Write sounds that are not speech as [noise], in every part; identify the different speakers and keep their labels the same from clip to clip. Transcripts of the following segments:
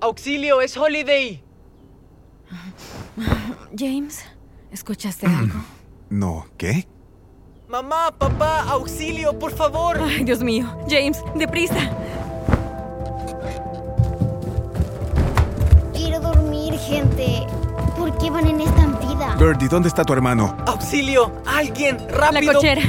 Speaker 1: ¡Auxilio! ¡Es Holiday!
Speaker 2: James, ¿escuchaste algo?
Speaker 3: No, ¿qué?
Speaker 1: ¡Mamá! ¡Papá! ¡Auxilio! ¡Por favor!
Speaker 2: Ay, Dios mío. James, deprisa.
Speaker 4: Quiero dormir, gente. ¿Por qué van en esta vida?
Speaker 3: Birdie, ¿dónde está tu hermano?
Speaker 1: ¡Auxilio! ¡Alguien! ¡Rápido!
Speaker 2: La cochera.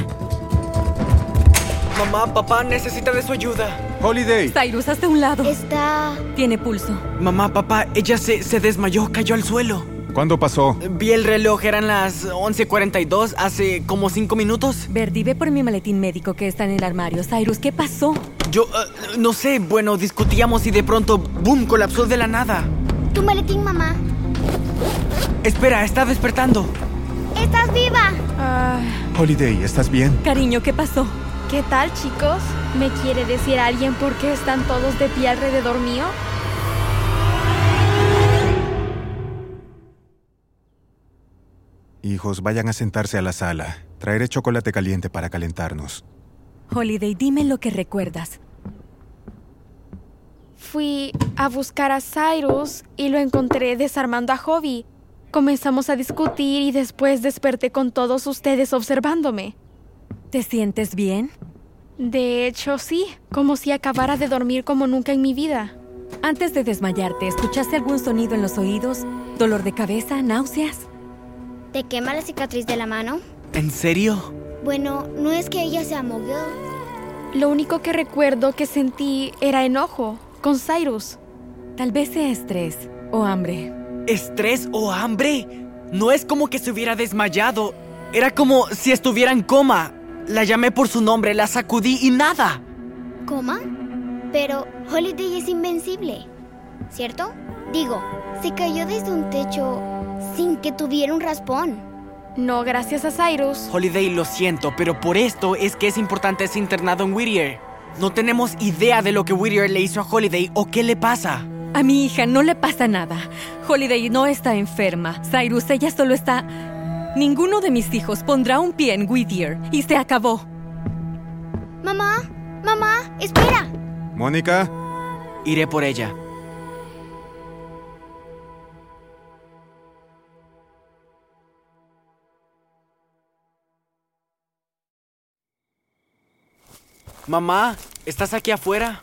Speaker 1: Mamá, papá, necesita de su ayuda.
Speaker 3: ¡Holiday!
Speaker 2: Cyrus, hazte a un lado.
Speaker 4: Está...
Speaker 2: Tiene pulso.
Speaker 1: Mamá, papá, ella se, se desmayó, cayó al suelo.
Speaker 3: ¿Cuándo pasó?
Speaker 1: Vi el reloj, eran las 11.42, hace como 5 minutos.
Speaker 2: Verdi, ve por mi maletín médico que está en el armario. Cyrus, ¿qué pasó?
Speaker 1: Yo, eh, no sé, bueno, discutíamos y de pronto, ¡boom!, colapsó de la nada.
Speaker 4: Tu maletín, mamá.
Speaker 1: Espera, está despertando.
Speaker 4: ¡Estás viva!
Speaker 3: Holiday, ¿estás bien?
Speaker 2: Cariño, ¿qué pasó?
Speaker 5: ¿Qué tal, chicos? ¿Me quiere decir alguien por qué están todos de pie alrededor mío?
Speaker 3: Hijos, vayan a sentarse a la sala. Traeré chocolate caliente para calentarnos.
Speaker 2: Holiday, dime lo que recuerdas.
Speaker 5: Fui a buscar a Cyrus y lo encontré desarmando a Hobby. Comenzamos a discutir y después desperté con todos ustedes observándome.
Speaker 2: ¿Te sientes bien?
Speaker 5: De hecho, sí, como si acabara de dormir como nunca en mi vida.
Speaker 2: Antes de desmayarte, ¿escuchaste algún sonido en los oídos? ¿Dolor de cabeza? ¿Náuseas?
Speaker 4: ¿Te quema la cicatriz de la mano?
Speaker 1: ¿En serio?
Speaker 4: Bueno, no es que ella sea mogul.
Speaker 5: Lo único que recuerdo que sentí era enojo con Cyrus.
Speaker 2: Tal vez sea estrés o hambre.
Speaker 1: ¿Estrés o hambre? No es como que se hubiera desmayado. Era como si estuviera en coma. La llamé por su nombre, la sacudí y nada.
Speaker 4: ¿Coma? Pero Holiday es invencible, ¿cierto? Digo, se cayó desde un techo sin que tuviera un raspón.
Speaker 5: No gracias a Cyrus.
Speaker 1: Holiday, lo siento, pero por esto es que es importante ese internado en Whittier. No tenemos idea de lo que Whittier le hizo a Holiday o qué le pasa.
Speaker 2: A mi hija no le pasa nada. Holiday no está enferma. Cyrus, ella solo está... Ninguno de mis hijos pondrá un pie en Whittier y se acabó.
Speaker 4: Mamá, mamá, espera.
Speaker 3: Mónica,
Speaker 1: Iré por ella. Mamá, ¿estás aquí afuera?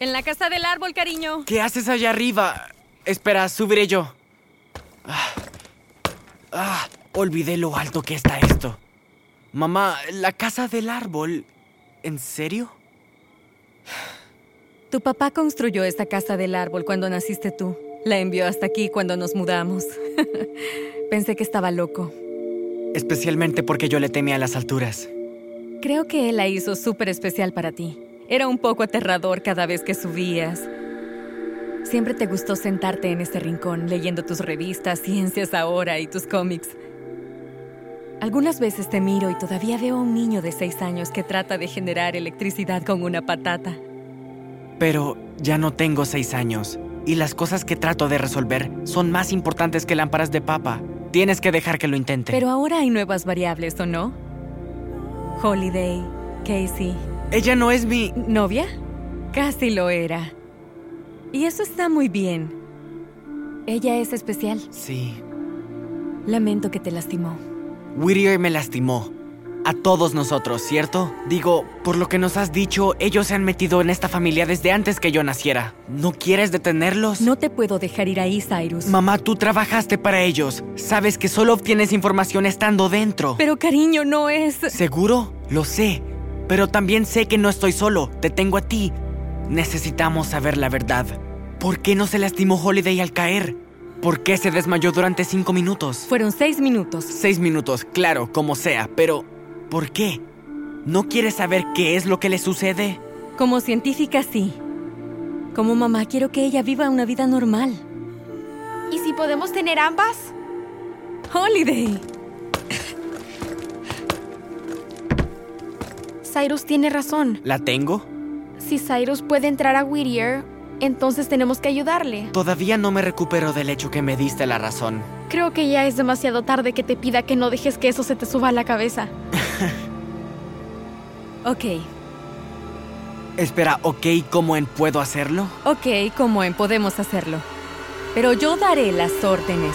Speaker 2: En la casa del árbol, cariño.
Speaker 1: ¿Qué haces allá arriba? Espera, subiré yo. Ah. Ah, olvidé lo alto que está esto. Mamá, la casa del árbol. ¿En serio?
Speaker 2: Tu papá construyó esta casa del árbol cuando naciste tú. La envió hasta aquí cuando nos mudamos. [laughs] Pensé que estaba loco.
Speaker 1: Especialmente porque yo le temía a las alturas.
Speaker 2: Creo que él la hizo súper especial para ti. Era un poco aterrador cada vez que subías. Siempre te gustó sentarte en este rincón leyendo tus revistas, Ciencias Ahora y tus cómics. Algunas veces te miro y todavía veo a un niño de seis años que trata de generar electricidad con una patata.
Speaker 1: Pero ya no tengo seis años. Y las cosas que trato de resolver son más importantes que lámparas de papa. Tienes que dejar que lo intente.
Speaker 2: Pero ahora hay nuevas variables, ¿o no? Holiday, Casey,
Speaker 1: Ella no es mi...
Speaker 2: ¿Novia? Casi lo era. Y eso está muy bien. Ella es especial.
Speaker 1: Sí.
Speaker 2: Lamento que te lastimó.
Speaker 1: Whittier me lastimó. A todos nosotros, ¿cierto? Digo, por lo que nos has dicho, ellos se han metido en esta familia desde antes que yo naciera. ¿No quieres detenerlos?
Speaker 2: No te puedo dejar ir ahí, Cyrus.
Speaker 1: Mamá, tú trabajaste para ellos. Sabes que solo obtienes información estando dentro.
Speaker 2: Pero cariño, no es...
Speaker 1: ¿Seguro? Lo sé. Pero también sé que no estoy solo. Te tengo a ti. Necesitamos saber la verdad. ¿Por qué no se lastimó Holiday al caer? ¿Por qué se desmayó durante cinco minutos?
Speaker 2: Fueron seis minutos.
Speaker 1: Seis minutos, claro, como sea, pero ¿por qué? ¿No quieres saber qué es lo que le sucede?
Speaker 2: Como científica, sí. Como mamá, quiero que ella viva una vida normal.
Speaker 5: ¿Y si podemos tener ambas?
Speaker 2: Holiday.
Speaker 5: Cyrus tiene razón.
Speaker 1: ¿La tengo?
Speaker 5: Si Cyrus puede entrar a Whittier, entonces tenemos que ayudarle.
Speaker 1: Todavía no me recupero del hecho que me diste la razón.
Speaker 5: Creo que ya es demasiado tarde que te pida que no dejes que eso se te suba a la cabeza.
Speaker 2: Ok,
Speaker 1: Espera, ¿ok? ¿Cómo en puedo hacerlo?
Speaker 2: ok, como en podemos hacerlo. pero yo daré las órdenes.